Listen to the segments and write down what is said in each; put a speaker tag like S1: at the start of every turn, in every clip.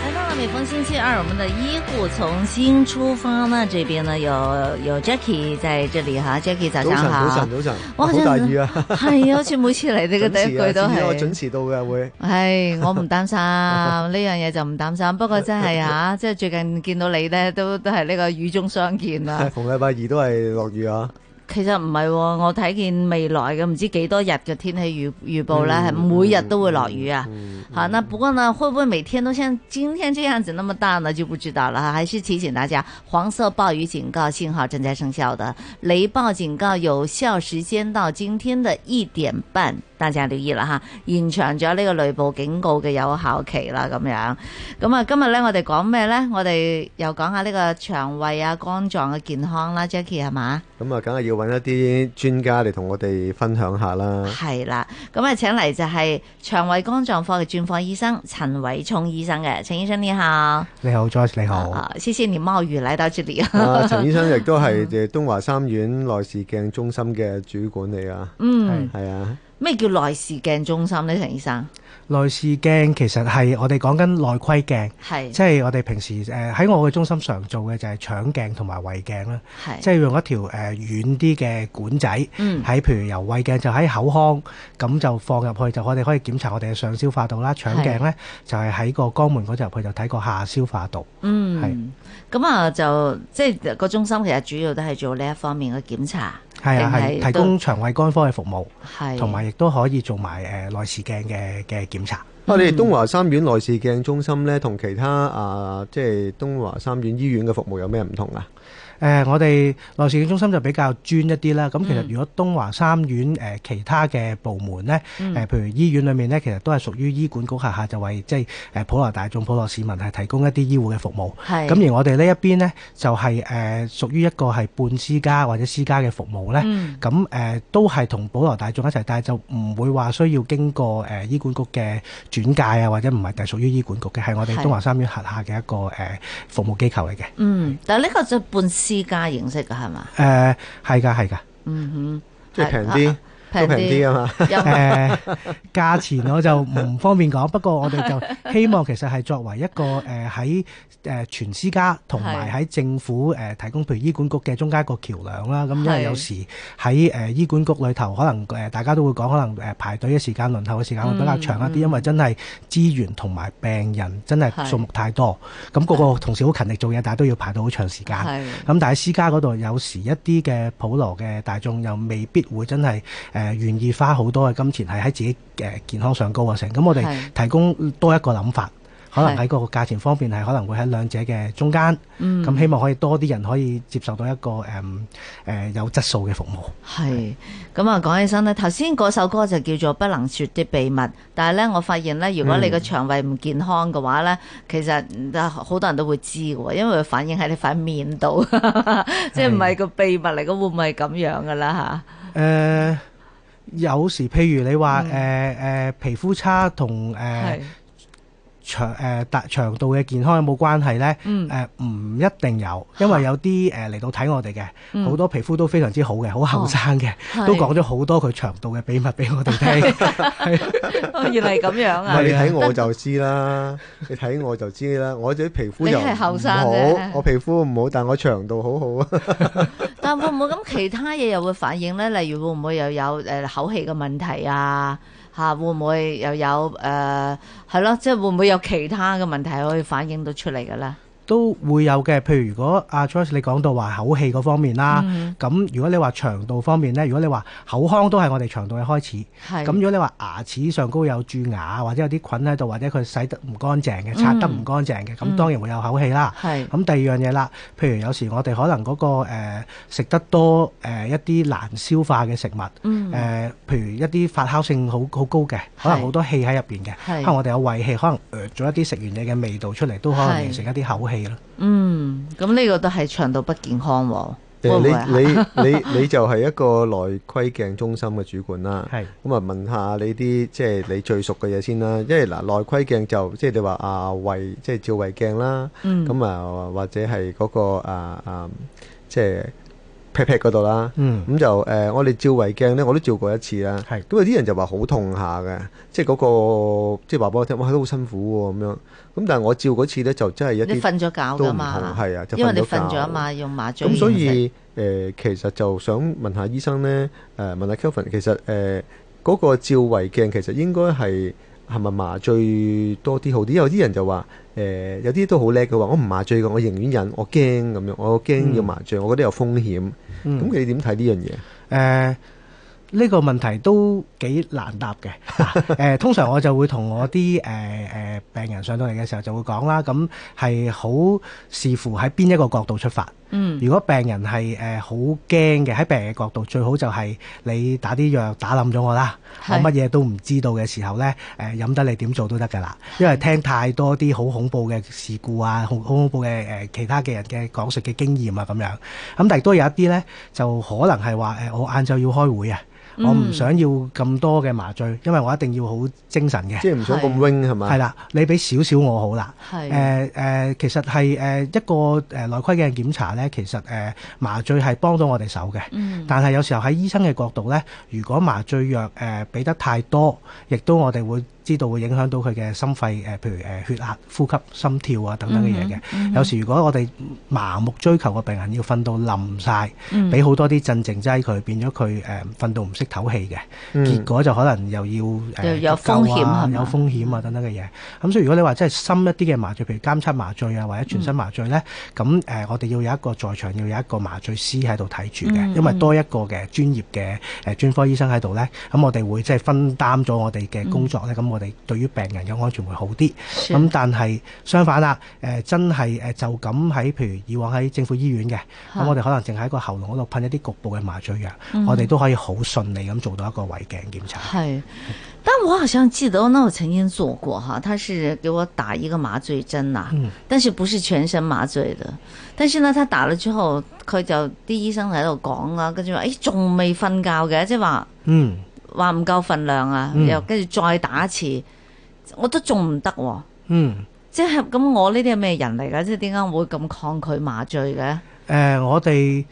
S1: 来到了每逢星期二，我们的医护从新出发呢，这边呢有有 Jackie 在这里哈，Jackie 早
S2: 早
S1: 上
S2: 晨，
S1: 好，
S2: 早晨，早晨，
S1: 哇
S2: 好大意啊！
S1: 係啊，好似每次嚟你嘅第一句都
S2: 準時啊
S1: 係
S2: 我準時到嘅會。
S1: 唉，我唔擔心呢樣嘢就唔擔心，不過真係 啊，即係最近見到你咧，都都係呢個雨中啊相見啦。
S2: 逢禮拜二都係落雨啊！
S1: 其實唔係喎，我睇見未來嘅唔知幾多日嘅天氣預預報咧，係、每日都會落雨啊。好，那不過呢，會不會每天都像今天這樣子那麼大呢？就不知道了哈。還是提醒大家，黃色暴雨警告信號正在生效的，雷暴警告有效時間到今天的一點半，大家留意啦哈。延長咗呢個雷暴警告嘅有效期啦，咁樣。咁啊，今日咧我哋講咩咧？我哋又講下呢個腸胃啊、肝臟嘅健康啦，Jackie 係嘛？
S2: 咁啊，梗係要揾一啲專家嚟同我哋分享下啦。
S1: 系啦，咁啊，請嚟就係腸胃肝臟科嘅專科醫生陳偉聰醫生嘅，陳醫生你好，
S3: 你好，Joyce，你好。
S1: 啊，謝謝你冒雨來到這里啊，
S2: 啊，陳醫生亦都係誒東華三院內視鏡中心嘅主管嚟啊。
S1: 嗯，
S2: 係啊，
S1: 咩叫內視鏡中心呢？陳醫生
S3: 內視鏡其實係我哋講緊內窺鏡，
S1: 係
S3: 即係我哋平時誒喺我嘅中心常做嘅就係腸鏡同埋胃鏡啦，即
S1: 係，
S3: 係用一條誒軟啲嘅管仔喺
S1: 嗯
S3: 譬如由胃鏡就喺口腔咁就放入去，就我哋可以檢查我哋嘅上消化道啦。腸鏡咧就係喺個肛門嗰度入去就睇個下消化道。
S1: 嗯，咁啊就即係個中心其實主要都係做呢一方面嘅檢查，
S3: 係啊，
S1: 定
S3: 係
S1: 係
S3: 提供腸胃肝科嘅服務，
S1: 係，
S3: 同埋亦都可以做埋誒內視鏡嘅嘅檢查。
S1: 嗯
S2: 啊，你哋東華三院內視鏡中心咧，同其他啊，即係東華三院醫院嘅服務有咩唔同啊？
S3: 誒、呃我哋內視鏡中心就比較專一啲啦。咁其
S1: 嗯
S3: 實如果東華三院誒、呃其他嘅部門咧，誒、
S1: 嗯
S3: 譬如醫院裏面咧，其實都係屬於醫管局下下就為即係誒普羅大眾、普羅市民係提供一啲醫護嘅服務。
S1: 係
S3: 咁而我哋呢一邊咧，就係、誒屬於一個係半私家或者私家嘅服務咧。
S1: 嗯
S3: 咁誒、呃都係同普羅大眾一齊，但係就唔會話需要經過誒、呃、醫管局嘅轉介啊，或者唔係隸屬於醫管局嘅，係我哋
S1: 係
S3: 東華三院轄下嘅一個誒、呃服務機構嚟嘅。
S1: 嗯，但係呢個就半私家形式嘅係嘛，
S3: 誒呃係㗎係㗎。
S1: 嗯
S2: 即係平啲，
S1: 哼，
S2: 都平啲啊嘛。
S1: 啲， 有
S3: 誒、呃價錢我就唔方便講，不過我 哋就希望其實係作為一個誒喺誒全私家同埋喺政府誒、提供，譬如醫管局嘅中間一個橋梁啦。咁因
S1: 係
S3: 為有時喺誒、呃醫管局裏頭，可能誒、呃大家都會講，可能誒、呃排隊嘅時間、輪候嘅時間會比較長一啲，
S1: 嗯
S3: 因為真係資源同埋病人真係數目太多，咁個個同事好勤力做嘢，但係都要排到好長時間。
S1: 係
S3: 咁但係私家嗰度有時一啲嘅普羅嘅大眾又未必會真係誒、呃、願意花好多嘅金錢係喺自己誒、呃健康上高啊成。咁我哋
S1: 係
S3: 提供多一個諗法，可能
S1: 係
S3: 喺個價錢方面係可能會喺兩者嘅中間，咁、
S1: 嗯
S3: 希望可以多啲人可以接受到一個誒誒、嗯呃有質素嘅服務。
S1: 係咁啊，講起身咧，頭先嗰首歌就叫做《不能説的秘密》，但係咧，我發現咧，如果你個腸胃唔健康嘅話咧，其實嗯好多人都會知嘅喎，因為佢反映喺你塊面度，即係唔係個秘密嚟嘅，會唔會係咁樣嘅啦
S3: 誒、呃有時譬如你話誒誒皮膚差同誒。
S1: 吓，嗯係
S3: 腸誒大腸道嘅健康有冇關係咧？
S1: 嗯
S3: 誒呃唔一定有，因為有啲誒嚟到睇我哋嘅，好多皮膚都非常之好嘅，好後生嘅，
S1: 嗯哦係
S3: 都講咗好多佢腸道嘅秘密俾我哋 聽。
S1: 哦原嚟咁樣
S2: 唔係你
S1: 啊！
S2: 睇我就知啦， 你睇我就知啦。我自己皮膚
S1: 你
S2: 又
S1: 係後
S2: 唔
S1: 生
S2: 好
S1: 啫，
S2: 我皮膚唔好，但我腸道好好啊。
S1: 但會唔會咁其他嘢又會反映咧？例如會唔會又有誒、呃口氣嘅問題啊？嚇、會唔會又有誒係咯？即係會唔會有其他嘅問題可以反映到出嚟嘅咧？
S3: 都會有嘅。譬如如果阿 Joyce 你講到話口氣嗰方面啦，
S1: 嗯
S3: 咁、如果你話腸道方面咧，如果你話口腔都係我哋腸道嘅開始。
S1: 係
S3: 咁如果你話牙齒上高有蛀牙或者有啲菌喺度，或者佢洗得唔乾淨嘅、刷
S1: 嗯
S3: 得唔乾淨嘅，咁、當然會有口氣啦。
S1: 係
S3: 咁第二樣嘢啦，譬如有時我哋可能嗰、個、呃、食得多誒、呃一啲難消化嘅食物，誒、
S1: 嗯
S3: 譬如一啲發酵性好好高嘅，可能好多氣喺入邊嘅，
S1: 係
S3: 可能我哋有胃氣，可能呃咗一啲食完嘢嘅味道出嚟，都可能
S1: 係
S3: 形成一啲口氣啦。
S1: 嗯，咁呢個都係腸道不健康喎。會唔會啊
S2: 你你你你就係一個內窺鏡中心嘅主管啦。
S3: 係
S2: 咁啊，問下你啲即係你最熟嘅嘢先啦。因為嗱內窺鏡就即係你話啊衛即係照衛鏡啦，
S1: 嗯，
S2: 咁啊或者係嗰個啊啊即係 pat pat 嗰度啦。
S3: 嗯
S2: 咁就誒、呃我哋照胃鏡咧，我都照過一次啦。
S3: 係
S2: 咁有啲人就話好痛下嘅，即係嗰、個即係話俾我聽，哇都好辛苦喎咁樣。咁但係我照嗰次咧，就真係一
S1: 你
S2: 啲
S1: 瞓咗覺
S2: 都唔
S1: 噶
S2: 同，
S1: 嘛？
S2: 係啊，就
S1: 因為你
S2: 瞓
S1: 瞓
S2: 咗
S1: 咗
S2: 覺
S1: 啊。嘛，用麻醉
S2: 咁所
S1: 藥食
S2: 以誒、呃其實就想問下醫生咧，誒、問下 Kelvin，其實誒嗰、個照胃鏡其實應該係係咪麻醉多啲好啲？有啲人就話誒、呃有啲都好叻嘅話，我唔麻醉嘅，我寧願忍，我驚咁樣，我驚要麻醉，我覺得有風險。
S3: 嗯
S2: 咁你點睇呢樣嘢？
S3: 誒呃呢個問題都幾難答嘅。 嗱誒，通常我就會同我啲誒誒病人上到嚟嘅時候就會講啦，咁係好視乎喺邊一個角度出發。
S1: 嗯
S3: 如果病人係誒好驚嘅，喺病人嘅角度最好就係你打啲藥打冧咗我啦，
S1: 係
S3: 我乜嘢都唔知道嘅時候呢，誒飲得你點做都得㗎啦。因為聽太多啲好恐怖嘅事故啊，好好恐怖嘅誒其他嘅人嘅講述嘅經驗啊咁樣。咁但係都有一啲呢，就可能係話誒我晏晝要開會啊，我唔
S1: 嗯
S3: 想要咁多嘅麻醉，因為我一定要好精神嘅。
S2: 即係唔想咁
S1: 係
S2: wing 係嘛？
S3: 係啦，你俾少少我好啦。誒誒、
S1: 係
S3: 其實係誒、一個誒、內窺鏡檢查咧，其實誒、麻醉係幫到我哋手嘅。
S1: 嗯
S3: 但係有時候喺醫生嘅角度咧，如果麻醉藥誒俾得太多，亦都我哋會知道會影響到佢嘅心肺誒、譬如誒、血壓、呼吸、心跳啊等等嘅嘢嘅。
S1: 嗯哼
S3: 有時如果我哋麻木追求個病人要瞓到冧晒，
S1: 嗯
S3: 俾好多啲鎮靜劑佢，變咗佢誒瞓到唔識唞氣嘅。結
S2: 嗯
S3: 果就可能又要
S1: 又
S3: 誒
S1: 有
S3: 急救
S1: 風險係
S3: 啊，
S1: 嘛
S3: 有風險啊等等嘅嘢。咁所以如果你話真係深一啲嘅麻醉，譬如監測麻醉啊，或者全身麻醉咧，咁
S1: 嗯
S3: 誒、呃我哋要有一個在場要有一個麻醉師喺度睇住
S1: 嗯
S3: 嘅，因為多一個嘅專業嘅誒專科醫生喺度咧，咁我哋會即係分擔咗我哋嘅工作咧，咁、我哋對於病人嘅安全會好啲。
S1: 嗯是
S3: 咁但係相反啦，誒、真係誒就咁喺譬如以往喺政府醫院嘅，
S1: 嚇
S3: 咁我哋可能淨喺個喉嚨嗰度噴一啲局部嘅麻醉藥，
S1: 嗯
S3: 我哋都可以好順利咁做到一個胃鏡檢查。
S1: 係，但我好像記得，那我曾經做過哈，他是給我打一個麻醉針呐、
S3: 嗯
S1: 但是不是全身麻醉的，但是呢，他打了之後，佢就啲醫生喺度講啊，跟住話，誒仲未瞓覺嘅，即係話
S3: 嗯
S1: 話唔夠份量啊，
S3: 嗯
S1: 又跟住再打一次，我都仲唔得喎，
S3: 嗯，
S1: 即係咁我呢啲係咩人嚟㗎？即係點解我會咁抗拒麻醉嘅？
S3: 誒、呃我哋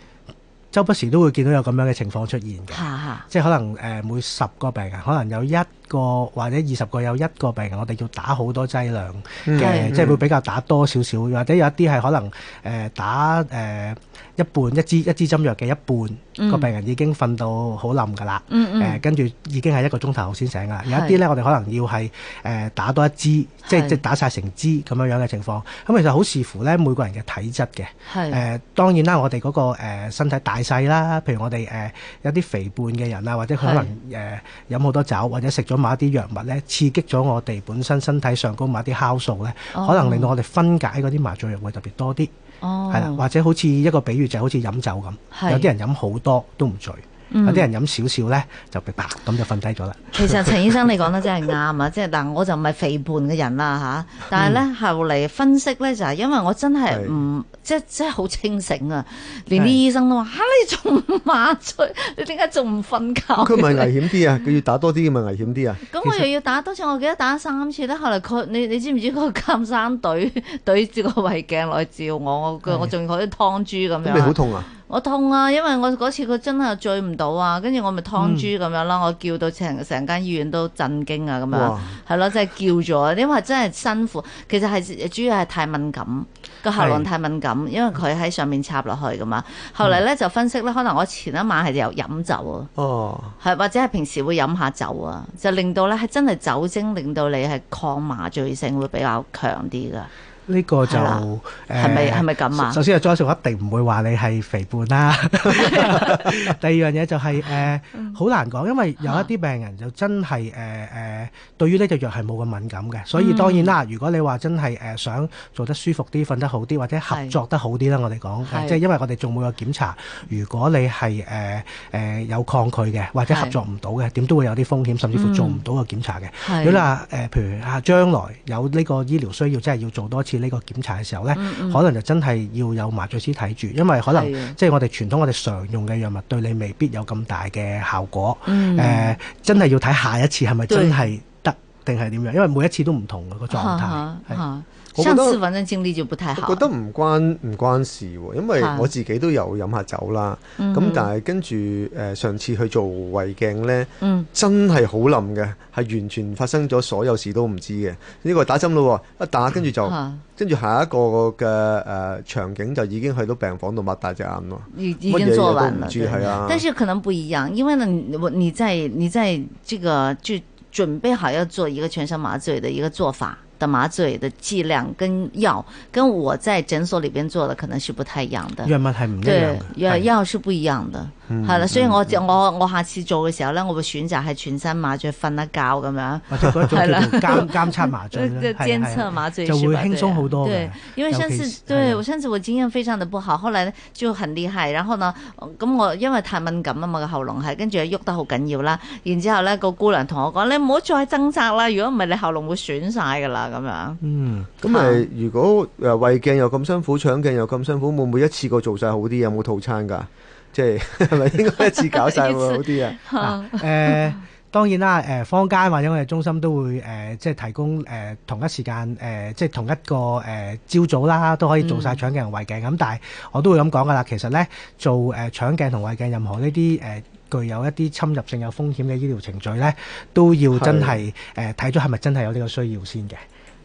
S3: 周不時都會見到有咁樣嘅情況出現嘅。
S1: 哈哈，
S3: 即係可能誒、呃每十個病人，可能有一個或者二十個有一個病人，我哋要打好多劑量嘅，
S1: 嗯係
S3: 即係會比較打多少少，或者有一啲係可能誒、呃打誒、一半一支一支針藥嘅一半，
S1: 嗯
S3: 個病人已經瞓到好冧㗎啦。
S1: 嗯
S3: 誒、
S1: 嗯，
S3: 跟住已經係一個鐘頭後先醒㗎啦。有一
S1: 係
S3: 啲咧，我哋可能要係誒、打多一支，即
S1: 係
S3: 係即係打晒成支咁樣樣嘅情況。咁其實好視乎咧每個人嘅體質嘅。誒、
S1: 係，
S3: 呃當然啦，我哋嗰、個、誒身體大細啦，譬如我哋誒、呃有啲肥胖嘅人啊，或者佢可能誒飲好多酒，或者食咗某一啲藥物咧，刺激咗我哋本身身體上高某一啲酵素咧，
S1: 哦
S3: 可能令到我哋分解嗰啲麻醉藥會特別多啲，
S1: 哦，
S3: 係啦、或者好似一個比喻就係好似飲酒咁，
S1: 係
S3: 有啲人飲好多都唔醉。
S1: 嗯
S3: 有啲人飲少少咧就被白咁就瞓低咗啦。
S1: 其實陳醫生你講得真係啱啊！即 係嗱，我就唔係肥胖嘅人啦吓，但係咧
S3: 嗯
S1: 後嚟分析咧就係因為我真係唔即係即係好清醒啊！連啲
S3: 係
S1: 醫生都話吓你仲唔麻醉，你點解仲唔瞓覺
S2: 咁佢咪
S1: 嘅？
S2: 危險啲啊？佢要打多啲咪危險 啲啊？
S1: 咁我又要打多次，我記得打三次咧。後嚟佢你你知唔知嗰個監生隊 隊住個胃鏡來照我，我佢
S3: 係
S1: 我仲好似劏豬咁
S2: 咁你好
S1: 樣。
S2: 痛啊？
S1: 我痛啊，因為我嗰次佢真係醉唔到啊，跟住我咪劏
S2: 嗯
S1: 豬咁樣啦，我叫到成成間醫院都震驚啊咁樣。
S2: 哇！
S1: 係咯，即係叫咗，因為真係辛苦。其實係主要係太敏感，個喉嚨
S3: 係
S1: 太敏感，因為佢喺上面插落去噶嘛。後
S2: 嗯
S1: 嚟咧就分析咧，可能我前一晚係有飲酒啊，
S2: 哦，
S1: 係或者係平時會飲下酒啊，就令到咧係真係酒精令到你係抗麻醉性會比較強啲噶。
S3: 呢個就
S1: 係啦
S3: 誒
S1: 係咪係咪咁啊
S3: 首先啊，Joyce 我一定唔會話你係肥 胖啦。 第二樣嘢就係、誒，
S1: 嗯
S3: 好、難講，因為有一啲病人就真係誒誒，對於呢隻藥係冇咁敏感嘅，所以
S1: 嗯
S3: 當然啦，如果你話真係誒、想做得舒服啲、瞓得好啲，或者合作得好啲啦，我哋講，
S1: 係
S3: 誒即係因為我哋做每個檢查，如果你係誒誒有抗拒嘅，或者合作唔到嘅，點都會有啲風險，甚
S1: 嗯
S3: 至乎做唔到個檢查嘅。
S1: 係
S3: 如果啦誒，譬如啊，將來有呢個醫療需要，真係要做多次次呢個檢查嘅時候咧，
S1: 嗯嗯
S3: 可能就真係要有麻醉師睇住，因為可能
S1: 係啊
S3: 即係我哋傳統我哋常用嘅藥物對你未必有咁大嘅效果。誒、
S1: 嗯
S3: 真係要睇下一次係咪
S1: 對
S3: 真係得定係點樣，因為每一次都唔同嘅個狀態。
S1: 哈哈
S3: 係
S1: 哈
S2: 我覺
S1: 啊上
S2: 得
S1: 次反正經歷就不太好，啊
S2: 我覺得唔關唔關事喎，因為
S1: 嚇
S2: 我自己都有飲下酒啦。
S1: 嗯
S2: 咁、但係跟住誒、呃上次去做胃鏡呢，
S1: 嗯
S2: 真係好冧嘅，係完全發生咗所有事都唔知嘅。呢個打針咯喎，一打跟住就
S1: 嚇
S2: 跟住下一個嘅誒、呃、場景就已經去到病房度擘大隻眼咯，
S1: 已已
S2: 乜嘢
S1: 經
S2: 嘢
S1: 做
S2: 都
S1: 完
S2: 唔
S1: 了，
S2: 知
S1: 對
S2: 係啊。
S1: 但是可能不一样，因为呢，你我你在你在这个就准备好要做一个全身麻醉的一个做法的麻醉的剂量跟药，跟我在诊所里边做的可能是不太一样的。
S3: 藥物係唔一樣
S1: 對
S3: 嘅，
S1: 藥
S3: 係
S1: 藥是不一樣的，
S3: 嗯
S1: 係啦，所以我就我我下次做嘅時候咧，我會選擇係全身麻醉瞓一覺咁呃樣，
S3: 或者嗰一種
S1: 係啦
S3: 叫做監監察麻 醉啦，係啊
S1: 監
S3: 係啊
S1: 測麻醉
S3: 就是會
S1: 吧
S3: 輕鬆好多
S1: 對
S3: 嘅
S1: 啊。對，因為上
S3: 尤其
S1: 次
S3: 是係
S1: 對
S3: 啊
S1: 我上次我經驗非常的不好，後來呢就很厲害，然後呢，咁我因為太敏感啊嘛個喉嚨係，跟住又喐得好緊要啦，然之後呢，個姑娘同我講：你唔好再掙扎啦，如果唔係你喉嚨會損晒㗎啦咁樣。
S3: 嗯，
S2: 咁誒，如果誒胃鏡又咁辛苦，腸鏡又咁辛苦，會唔會一次過做晒好啲？有冇套餐㗎？ 即係係 咪應該一次搞晒
S1: 一
S2: 會
S1: 次
S2: 好啲啊？
S3: 嗱，誒。呃當然啦，誒、呃坊間或者我哋中心都會誒、呃即係提供誒、同一時間誒、呃即係同一個誒、朝早啦，都可以做晒腸鏡同胃鏡咁。但係我都會咁講噶啦，其實咧做誒、腸鏡同胃鏡任何呢啲誒具有一啲侵入性有風險嘅醫療程序咧，都要真係誒睇咗係咪真係有呢個需要先嘅，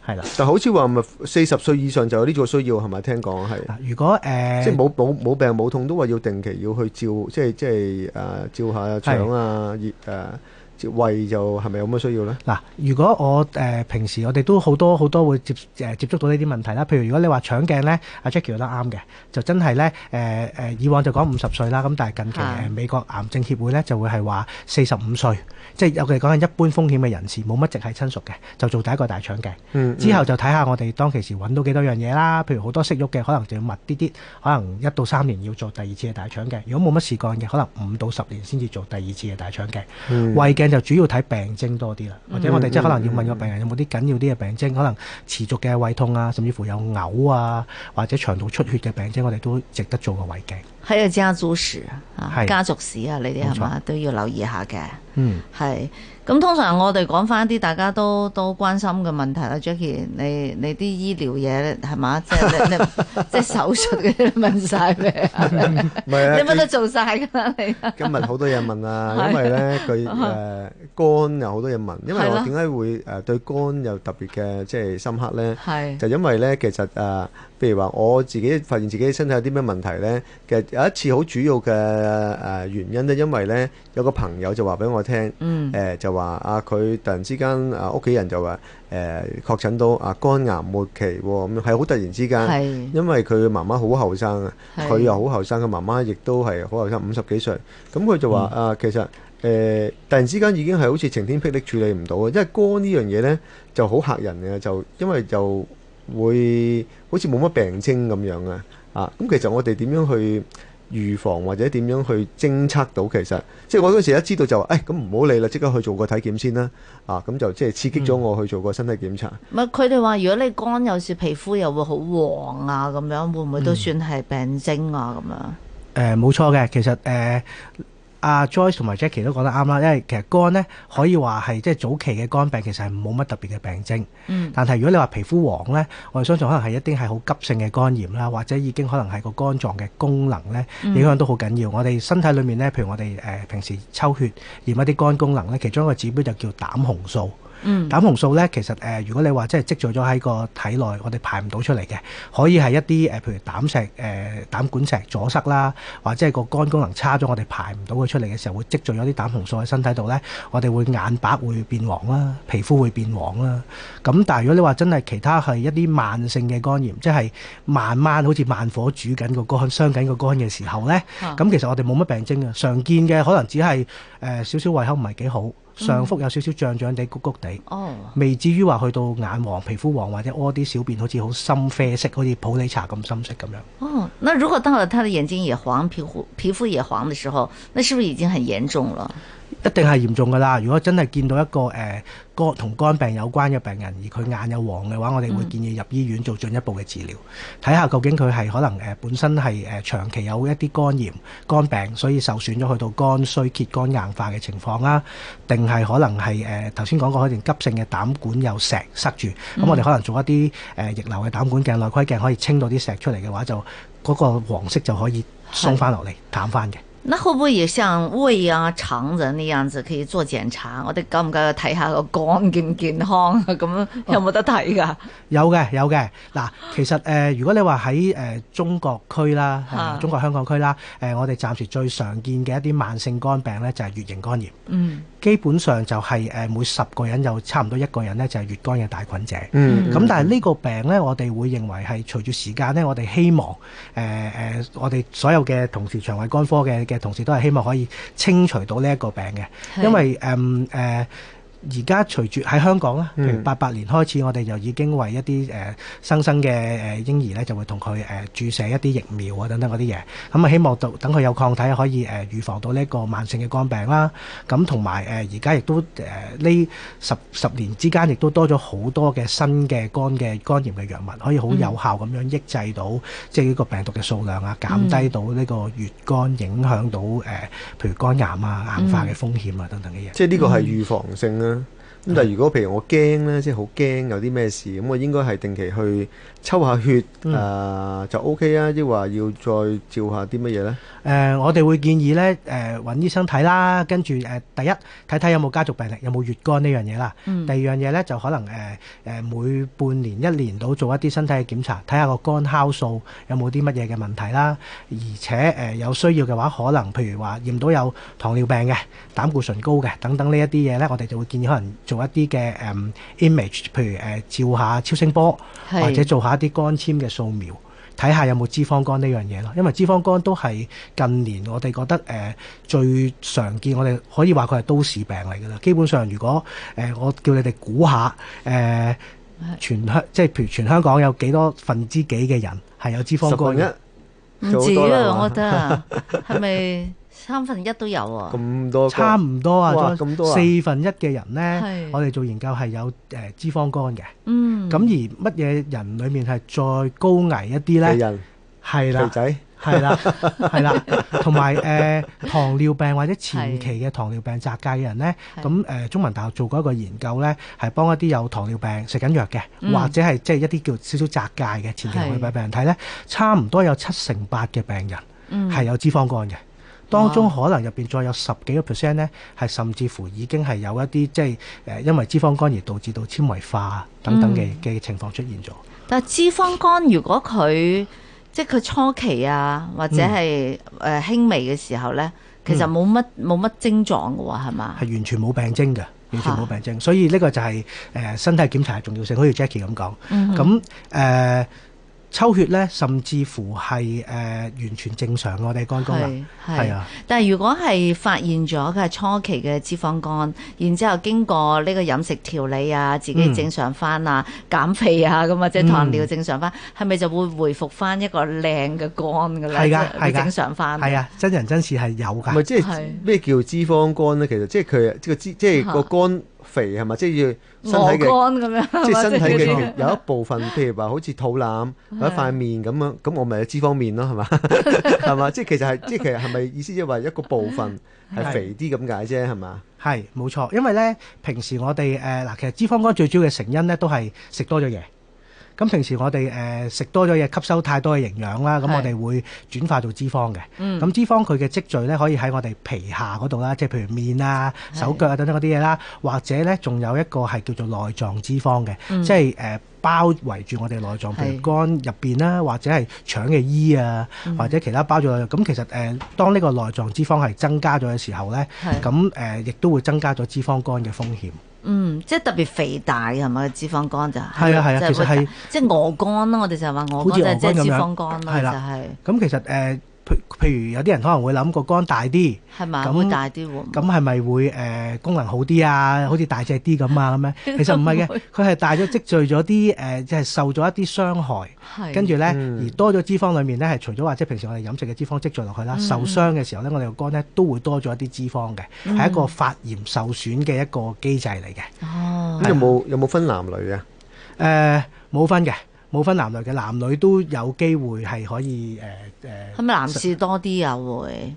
S3: 係啦。
S2: 但好似話咪四十歲以上就有呢個需要係咪？聽講係，
S3: 嗱，啊如果誒、呃
S2: 即係冇冇冇病冇痛都話要定期要去照，即係即係誒、照下腸啊、熱誒、照胃就係咪有乜需要咧？
S3: 嗱，如果我誒、呃平時我哋都好多好多會接誒、呃接觸到呢啲問題啦，譬如如果你話腸鏡咧，阿 Jackie 覺得啱嘅，就真係咧誒誒，以往就講五十歲啦，咁但係近期
S1: 係
S3: 誒美國癌症協會咧就會係話四十五歲，即係我哋講緊一般風險嘅人士，冇乜直系親屬嘅，就做第一個大腸鏡。
S2: 嗯，
S3: 之後就睇下我哋當其時揾到幾多樣嘢啦，譬如好多息肉嘅，可能就要密啲啲，可能一到三年要做第二次嘅大腸鏡。如果冇乜事幹嘅，可能五到十年先至做第二次嘅大腸鏡。
S2: 嗯
S3: 胃鏡就主要睇病徵多啲啦，或者我哋即係可能要問個病人有冇啲緊要啲嘅病徵，可能持續嘅胃痛啊，甚至乎有嘔啊，或者腸道出血嘅病徵，我哋都值得做個胃鏡。
S1: 喺個家族史啊，
S3: 係
S1: 家族史啊，你哋係嘛都要留意下嘅。
S3: 嗯，
S1: 係，咁通常我哋講翻啲大家都都關心嘅問題啦，Jackie，你你啲醫療嘢係 嘛，即係你你即係手術嗰啲 你問晒未啊？
S2: 唔係
S1: 你
S2: 啊
S1: 乜都做晒㗎啦，你
S2: 今日好多嘢問啊，
S1: 係啊
S2: 因為咧佢誒肝有好多嘢問，因為
S1: 係
S2: 我
S1: 咯
S2: 點解會誒對肝有特別嘅即係深刻咧？
S1: 係
S2: 就因為咧，其實誒、呃譬如話我自己發現自己身體有啲咩問題咧，其實有一次好主要嘅誒、呃原因咧，因為咧有個朋友就話俾我聽，誒、
S1: 嗯
S2: 就話啊佢突然之間啊屋企人就話誒、呃、確診到啊肝癌末期喎，咁係好突然之間，
S1: 係
S2: 因為佢媽媽好後生啊，
S1: 係
S2: 佢又好後生，佢媽媽亦都係好後生，五十幾歲，咁佢就話、啊其實。誒、突然之間已經係好似晴天霹靂處理唔到啊！因為肝呢樣嘢呢就好嚇人嘅，就因為就會好似冇乜病徵咁樣啊！啊，咁其實我哋點樣去預防或者點樣去偵測到其實，即係我嗰時一知道就話，哎誒咁唔好理啦，即刻去做個體檢先啦！啊，咁就即係刺激咗我去做個身體檢查。
S1: 唔係佢哋話，如果你肝有時皮膚又會好黃啊，咁樣會唔
S2: 嗯
S1: 會都算係病徵啊？咁樣
S3: 誒、冇錯嘅，其實誒。阿 Joyce 同埋 Jackie 都講得啱啦，因為其實肝咧可以話係即係早期嘅肝病，其實係冇乜特別嘅病徵。
S1: 嗯
S3: 但係如果你話皮膚黃咧，我哋相信可能係一定係好急性嘅肝炎啦，或者已經可能係個肝臟嘅功能咧
S1: 嗯
S3: 影響都好緊要。我哋身體裏面咧，譬如我哋誒、呃平時抽血驗一啲肝功能咧，其中一個指標就叫膽紅素。
S1: 嗯
S3: 膽紅素咧，其實誒、呃如果你話即係積聚咗喺個體內，我哋排唔到出嚟嘅，可以係一啲誒、呃譬如膽石、誒、膽管石阻塞啦，或者係個肝功能差咗，我哋排唔到佢出嚟嘅時候，會積聚咗啲膽紅素喺身體度咧，我哋會眼白會變黃啦，皮膚會變黃啦。咁但係如果你話真係其他係一啲慢性嘅肝炎，即係慢慢好似慢火煮緊個肝、傷緊個肝嘅時候咧，
S1: 啊
S3: 咁其實我哋冇乜病徵嘅，常見嘅可能只係誒少少胃口唔係幾好，上腹有少少脹脹地、谷谷地。
S1: 哦，
S3: 未至於話去到眼黃、皮膚黃或者屙啲小便好似好深啡色，好似普洱茶咁深色咁樣。
S1: 哦，那如果到了他的眼睛也黃、皮膚皮膚也黃的時候，那是不是已經很嚴重了？
S3: 誒、一定係嚴重㗎啦。如果真係見到一個誒肝同肝病有關嘅病人，而佢眼有黃嘅話，我哋會建議入醫院做進一步嘅治療，睇下究竟佢係可能誒本身係誒長期有一啲肝炎、肝病，所以受損咗去到肝衰竭、肝硬化嘅情況啦，定係可能係誒頭先講過，可能急性嘅膽管有石塞住，咁我哋可能做一啲誒逆流嘅膽管鏡、內窺鏡，可以清到啲石出嚟嘅話，就嗰個黃色就可以鬆翻落嚟、淡翻嘅。
S1: 那會唔會也像胃啊、腸子呢樣子可以做檢查？我哋夠唔夠睇下個肝健唔健康啊？咁有冇得睇㗎？
S3: 有嘅有嘅嗱，其實誒、呃如果你話喺誒中國區啦，係
S1: 啊
S3: 嘛中國香港區啦，誒、呃我哋暫時最常見嘅一啲慢性肝病咧，就係乙型肝炎，
S1: 嗯
S3: 基本上就係、誒、每十個人有差唔多一個人咧就係乙肝嘅帶菌者。
S2: 嗯，
S3: 咁但係呢個病呢，我哋會認為係隨住時間呢，我哋希望誒誒、呃呃我哋所有嘅同事腸胃肝科嘅嘅同事都係希望可以清除到呢一個病嘅，
S1: 係
S3: 因為誒誒而家隨住喺香港啦，譬如
S2: 嗯
S3: 八八年開始，我哋就已經為一啲誒、呃新生嘅呃誒嬰兒咧，就會同佢誒注射一啲疫苗啊等等嗰啲嘢，咁啊希望到等佢有抗體可以誒、呃、預防到呢一個慢性嘅肝病啦。咁同埋誒而家亦都誒呃呢十十年之間，亦都多咗好多嘅新嘅肝嘅肝炎嘅藥物，可以好有效咁樣抑制到、即係呢個病毒嘅數量啊，減低到呢個乙肝影響到誒、呃譬如肝癌啊、硬化嘅風險啊等等嘅嘢。
S2: 即係呢個係預防性
S3: 嗯
S2: 啦。咁但係如果譬如我驚咧，即係好驚有啲咩事，咁我應該係定期去抽下血，誒、
S3: 嗯
S2: 就 O K 啊，抑或要再照下啲乜嘢咧？
S3: 誒、我哋會建議咧，誒、揾醫生睇啦，跟住誒、第一睇睇有冇家族病歷，有冇乙肝呢樣嘢啦。
S1: 嗯
S3: 第二樣嘢咧就可能誒誒、每半年一年到做一啲身體嘅檢查，睇下個肝酵素有冇啲乜嘢嘅問題啦。而且誒、有需要嘅話，可能譬如話驗到有糖尿病嘅、膽固醇高嘅等等呢一啲嘢咧，我哋就會建議可能做一啲嘅誒 image，譬如誒、照下超聲波。
S1: 係
S3: 或者做下一啲肝纖嘅掃描，睇下有冇脂肪肝呢樣嘢咯。因為脂肪肝都係近年我哋覺得誒、呃最常見，我哋可以話佢係都市病嚟㗎啦。基本上，如果誒、呃我叫你哋估下誒、呃全香
S1: 嗯
S3: 即係譬如全香港有幾多分之幾嘅人係有脂肪
S2: 十
S3: 肝
S2: 分
S3: 嘅？
S2: 一
S1: 唔
S2: 做好
S1: 止
S2: 多啦
S1: 啊，
S2: 嘛
S1: 我覺得係咪三分一都有啊？
S2: 咁多個
S3: 差唔多啊，
S2: 哇
S3: 咗
S2: 咁多啊
S3: 四分一嘅人
S1: 係
S3: 呢，我哋做研究係有誒、呃脂肪肝嘅。
S1: 嗯，
S3: 咁、而乜嘢人裡面係再高危一啲
S2: 嘅
S3: 呢？
S2: 人
S3: 係啦
S2: 肥。仔，
S3: 係啦，係啦，同埋誒糖尿病或者前期嘅糖尿病擲界嘅人咧，
S1: 係
S3: 咁誒、呃中文大學做過一個研究咧，係幫一啲有糖尿病食緊藥嘅，
S1: 嗯
S3: 或者係即係一啲叫少少擲界嘅前期糖尿病病人睇咧，差唔多有七成八嘅病人
S1: 嗯
S3: 係有脂肪肝嘅。當中可能入邊再有十幾個 percent 咧，係甚至乎已經係有一啲即係誒，因為脂肪肝而導致到纖維化等等嘅
S1: 嗯
S3: 嘅情況出現咗。
S1: 但係脂肪肝如果佢即係佢初期啊，或者係誒輕微嘅時候咧，其實冇乜冇乜症狀嘅喎，係嘛？
S3: 係完全冇病徵嘅，完全冇病徵，所以呢個就係、呃身體檢查嘅重要性，好似 Jackie 咁講。
S1: 嗯
S3: 咁誒、呃抽血咧，甚至乎係誒、呃完全正常嘅我哋肝功能，
S1: 係
S3: 係啊，
S1: 但係如果係發現咗佢係初期嘅脂肪肝，然之後經過呢個飲食調理啊，自己
S3: 嗯
S1: 正常翻啊，減肥啊咁或者糖尿正常翻，係咪、就會回復翻一個靚嘅肝㗎啦？
S3: 係㗎
S1: 即係
S3: 係㗎
S1: 會正常翻。
S3: 係啊，真人真事係有
S2: 唔係
S3: 㗎。
S2: 即
S1: 係
S2: 係咩叫脂肪肝咧？其實即係佢即係個脂，即係個肝肥係咪？即係要
S1: 鵝
S2: 身體
S1: 肝
S2: 嘅。
S1: 咁樣，
S2: 即係身體
S1: 或
S2: 嘅
S1: 者嗰啲
S2: 血有一部分，譬如話好似肚腩或者塊面咁樣，咁我咪有脂肪面咯，係嘛？係嘛？即係其實係，即係其實係咪意思即係話一個部分係肥啲咁解啫，係嘛？
S3: 係冇錯，因為咧平時我哋誒嗱，其實脂肪肝最主要嘅成因咧都係食多咗嘢。咁平時我哋誒、呃食多咗嘢，吸收太多嘅營養啦，咁
S1: 係
S3: 我哋會轉化做脂肪嘅。
S1: 嗯
S3: 咁脂肪佢嘅積聚咧，可以喺我哋皮下嗰度啦，即係譬如面啊、手腳啊等等嗰啲嘢啦，或者咧仲有一個係叫做內臟脂肪嘅，
S1: 嗯
S3: 即係誒、呃包圍住我哋內臟，譬如
S1: 係
S3: 肝入邊啦，或者係腸嘅衣啊，或者其他包住內臟。咁其實誒、呃，當呢個內臟脂肪係增加咗嘅時候咧
S1: 係，
S3: 咁誒亦都會增加咗脂肪肝嘅風險。
S1: 嗯，即係特別肥大係咪？脂肪肝就係
S3: 係啊係啊
S1: 即會
S3: 其實係
S1: 即係鵝肝啦，我哋就係話鵝
S3: 好似鵝
S1: 肝即係
S3: 肝
S1: 即係
S3: 咁
S1: 脂
S3: 樣
S1: 肪肝啦，
S3: 係啦
S1: 就係
S3: 咁其實誒、呃譬譬如有啲人可能會諗個肝大啲，
S1: 係嘛？
S3: 咁
S1: 會大啲喎。
S3: 咁係咪會誒、呃功能好啲啊？好似大隻啲咁啊咁樣？其實唔係嘅，佢係大咗積聚咗啲誒，呃即係受咗一啲傷害。
S1: 係
S3: 跟住咧，
S2: 嗯
S3: 而多咗脂肪裏面咧，係除咗話即係平時我哋飲食嘅脂肪積聚落去啦，
S1: 嗯
S3: 受傷嘅時候咧，我哋個肝咧都會多咗一啲脂肪嘅，
S1: 嗯
S3: 係一個發炎受損嘅一個機制嚟嘅。
S1: 哦，
S2: 咁有冇有冇分男女啊？
S3: 誒呃冇分嘅，冇分男女嘅，男女都有機會係可以呃誒
S1: 係咪男士多啲啊？會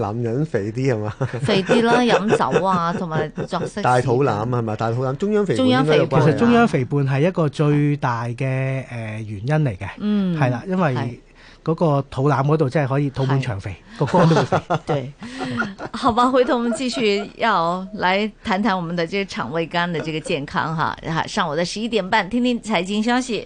S2: 男人肥啲係嘛？
S1: 肥啲 啦，飲酒啊，同埋作息時間
S2: 大肚腩啊係咪？大肚腩中央肥
S1: 中
S2: 胖
S1: 央
S2: 應該
S1: 肥
S2: 有
S1: 胖
S2: 關係
S3: 誒，其
S2: 啊
S3: 實中央肥胖係一個最大嘅誒呃原因嚟嘅，
S1: 嗯，
S3: 係啦，因
S1: 係
S3: 為嗰個肚腩嗰度即係可以肚滿腸肥，個肝都會肥。
S1: 对， 好吧，回头我们继续要来谈谈我们的这个肠胃肝的这个健康哈。啊上午的十一点半，听听财经消息。